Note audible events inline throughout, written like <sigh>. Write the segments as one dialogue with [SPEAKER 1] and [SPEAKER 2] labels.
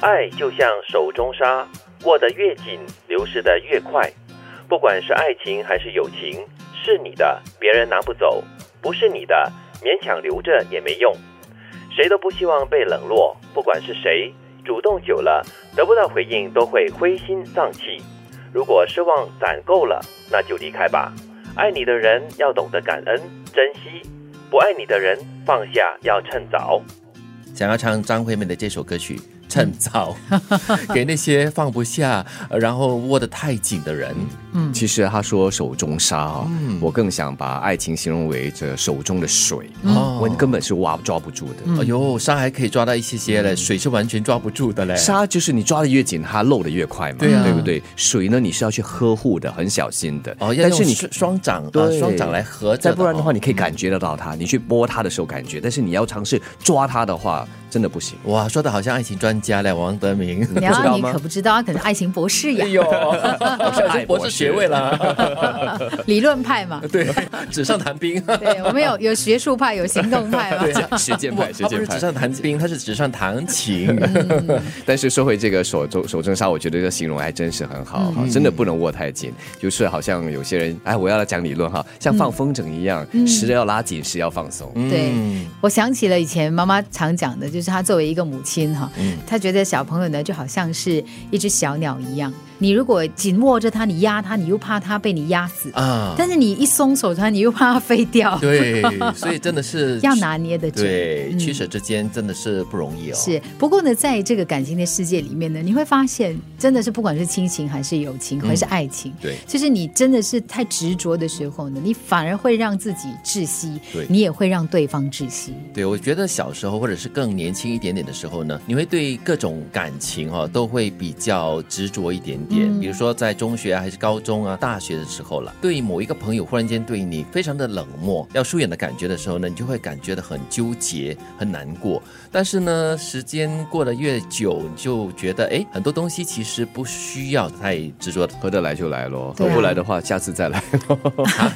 [SPEAKER 1] 爱就像手中沙，握得越紧，流逝得越快。不管是爱情还是友情，是你的别人拿不走，不是你的勉强留着也没用。谁都不希望被冷落，不管是谁，主动久了得不到回应都会灰心丧气。如果失望攒够了，那就离开吧。爱你的人要懂得感恩、珍惜，不爱你的人放下要趁早。
[SPEAKER 2] 想要唱张惠妹的这首歌曲。趁
[SPEAKER 3] <laughs>
[SPEAKER 2] 早给那些放不下，呃然后握得太紧的人。
[SPEAKER 4] 嗯，
[SPEAKER 3] 其实他说手中沙啊、
[SPEAKER 2] 嗯
[SPEAKER 3] 我更想把爱情形容为这手中的水，
[SPEAKER 4] 嗯
[SPEAKER 2] 哦
[SPEAKER 3] 我根本是挖抓不住的。
[SPEAKER 2] 哎呦，沙还可以抓到一些些
[SPEAKER 3] 嗯
[SPEAKER 2] 嘞，水是完全抓不住的嘞。
[SPEAKER 3] 沙就是你抓的越紧，它漏的越快嘛，
[SPEAKER 2] 对啊
[SPEAKER 3] 不对？水呢，你是要去呵护的，很小心的。
[SPEAKER 2] 哦，要
[SPEAKER 3] 但是
[SPEAKER 2] 用
[SPEAKER 3] 你
[SPEAKER 2] 双双掌，呃
[SPEAKER 3] 对
[SPEAKER 2] 双掌来合着
[SPEAKER 3] 再不然的话，
[SPEAKER 2] 哦
[SPEAKER 3] 你可以感觉得到它，你去拨它的时候感觉，但是你要尝试抓它的话，真的
[SPEAKER 2] <laughs>
[SPEAKER 3] 不行。
[SPEAKER 2] 哇，说的好像爱情专家嘞，王德
[SPEAKER 3] <laughs>
[SPEAKER 2] 明。
[SPEAKER 3] 知
[SPEAKER 4] 然后
[SPEAKER 3] 道
[SPEAKER 4] 你
[SPEAKER 3] 吗
[SPEAKER 4] 可不知道，他可是爱情博士
[SPEAKER 3] 哎
[SPEAKER 4] 呀，
[SPEAKER 2] 呦， <laughs> 我
[SPEAKER 3] 是爱博士
[SPEAKER 2] 了，
[SPEAKER 3] <laughs>
[SPEAKER 4] 理论
[SPEAKER 2] <laughs>
[SPEAKER 4] 派嘛。
[SPEAKER 2] 对，纸上谈兵。
[SPEAKER 4] 对，我们有有学术派，有行动派嘛。
[SPEAKER 3] 实践派，实
[SPEAKER 2] 他不是
[SPEAKER 3] 践
[SPEAKER 2] 纸
[SPEAKER 3] 派。
[SPEAKER 2] 上谈兵，他是纸上谈
[SPEAKER 3] <laughs>
[SPEAKER 2] 情。
[SPEAKER 3] 但是说回这个手中手中沙，我觉得这形容还真是很
[SPEAKER 2] 嗯
[SPEAKER 3] 好哈，真的不能握太紧。就是好像有些人，哎，我要来讲理论哈，像放风筝一样，时要拉紧，时要放松。
[SPEAKER 4] 对
[SPEAKER 2] 嗯，
[SPEAKER 4] 我想起了以前妈妈常讲的，就是她作为一个母亲哈，她觉得小朋友呢就好像是一只小鸟一样，你如果紧握着它，你压它，你又怕它被你压死；
[SPEAKER 2] 啊，
[SPEAKER 4] 但是你一松手它，你又怕它飞掉，
[SPEAKER 2] 对，所以真的是
[SPEAKER 4] 要拿捏得准。
[SPEAKER 2] 对取舍之间真的是不容易哦。
[SPEAKER 4] 是，不过呢，在这个感情的世界里面呢，你会发现，真的是不管是亲情还是友情还是爱情，
[SPEAKER 2] 嗯对
[SPEAKER 4] 就是你真的是太执着的时候呢，你反而会让自己窒息，
[SPEAKER 2] 对
[SPEAKER 4] 你也会让对方窒息。
[SPEAKER 2] 对，我觉得小时候或者是更年轻一点点的时候呢，你会对各种感情哦都会比较执着一点点。比如说在中学啊，还是高中啊、大学的时候了，对某一个朋友忽然间对你非常的冷漠、要疏远的感觉的时候呢，你就会感觉的很纠结、很难过。但是呢，时间过得越久，你就觉得哎，很多东西其实不需要太执着的。
[SPEAKER 3] 合得来就来咯，合
[SPEAKER 4] 对啊
[SPEAKER 3] 不来的话，下次再来。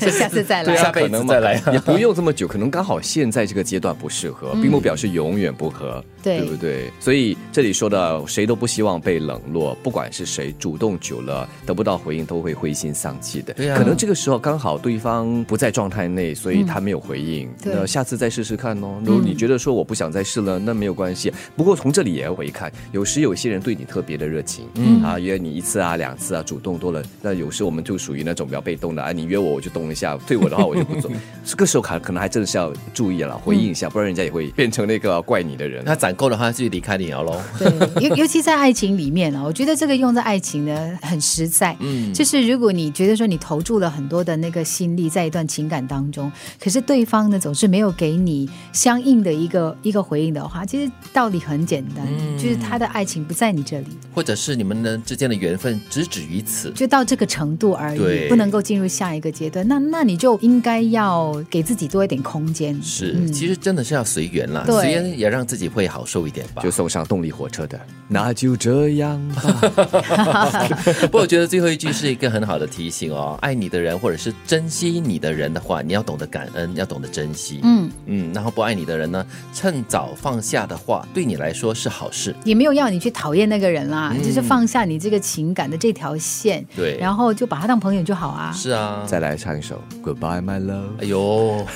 [SPEAKER 4] <laughs> 下次再
[SPEAKER 2] <laughs>
[SPEAKER 4] 来。
[SPEAKER 2] 对啊下辈子
[SPEAKER 3] 可能
[SPEAKER 2] 再来
[SPEAKER 3] <laughs> 也不用这么久，可能刚好现在这个阶段不适合，
[SPEAKER 2] 嗯
[SPEAKER 3] 并不表示永远不合，
[SPEAKER 4] 对
[SPEAKER 3] 不对？所以这里说的，谁都不希望被冷落，不管是谁，主动久了得不到回应，都会灰心丧气的。
[SPEAKER 2] 对啊
[SPEAKER 3] 可能这个时候刚好对方不在状态内，所以他没有回应。
[SPEAKER 4] 对
[SPEAKER 3] 那下次再试试看哦。如果你觉得说我不想再试了，那没有关系。不过从这里也要回看，有时有些人对你特别的热情，嗯啊，约你一次啊、两次啊，主动多了，那有时我们就属于那种比较被动的啊，你约我我就动一下，对我的话我就不做。这个时候可可能还真的是要注意了，回应一下，不然人家也会变成那个怪你的
[SPEAKER 2] <laughs>
[SPEAKER 3] 人。
[SPEAKER 2] 那攒够的话就离开你了喽。
[SPEAKER 4] 对，尤 <laughs> 尤其在爱情里面啊，我觉得这个用在爱情呢很实在。嗯，就是如果你觉得说你投注了很多的那个心力在一段情感当中，可是对方呢总是没有给你相应的一个一个回应的话，其实道理很简单，
[SPEAKER 2] 嗯
[SPEAKER 4] 就是他的爱情不在你这里，
[SPEAKER 2] 或者是你们呢之间的缘分只止于此。
[SPEAKER 4] 就到这个程度而
[SPEAKER 2] 对
[SPEAKER 4] 已，不能够进入下一个阶段。那那你就应该要给自己多一点空间。
[SPEAKER 2] 是，
[SPEAKER 4] 嗯
[SPEAKER 2] 其实真的是要随缘啦，
[SPEAKER 4] 对
[SPEAKER 2] 随缘也让自己会好受一点吧
[SPEAKER 3] 就。送上动力火车的，那就这样吧。
[SPEAKER 2] <laughs> 不过我觉得最后一句是一个很好的提醒哦，爱你的人或者是珍惜你的人的话，你要懂得感恩，要懂得珍惜。
[SPEAKER 4] 嗯，
[SPEAKER 2] 嗯，然后不爱你的人呢，趁早放下的话，对你来说是好事。
[SPEAKER 4] 也没有要你去讨厌那个人啦，
[SPEAKER 2] 嗯
[SPEAKER 4] 就是放下你这个情感的这条线，
[SPEAKER 2] 对，
[SPEAKER 4] 然后就把他当朋友就好啊。
[SPEAKER 2] 是啊，
[SPEAKER 3] 再来唱一首《Goodbye My Love》。
[SPEAKER 2] 哎呦，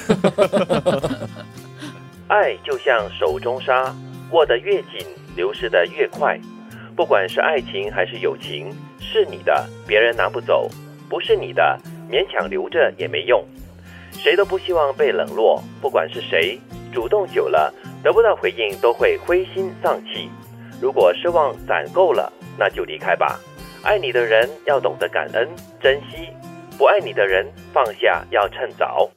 [SPEAKER 1] 爱就像手中沙，握得越紧，流逝得越快。不管是爱情还是友情，是你的别人拿不走，不是你的勉强留着也没用。谁都不希望被冷落，不管是谁，主动久了得不到回应都会灰心丧气。如果失望攒够了，那就离开吧。爱你的人要懂得感恩、珍惜，不爱你的人放下要趁早。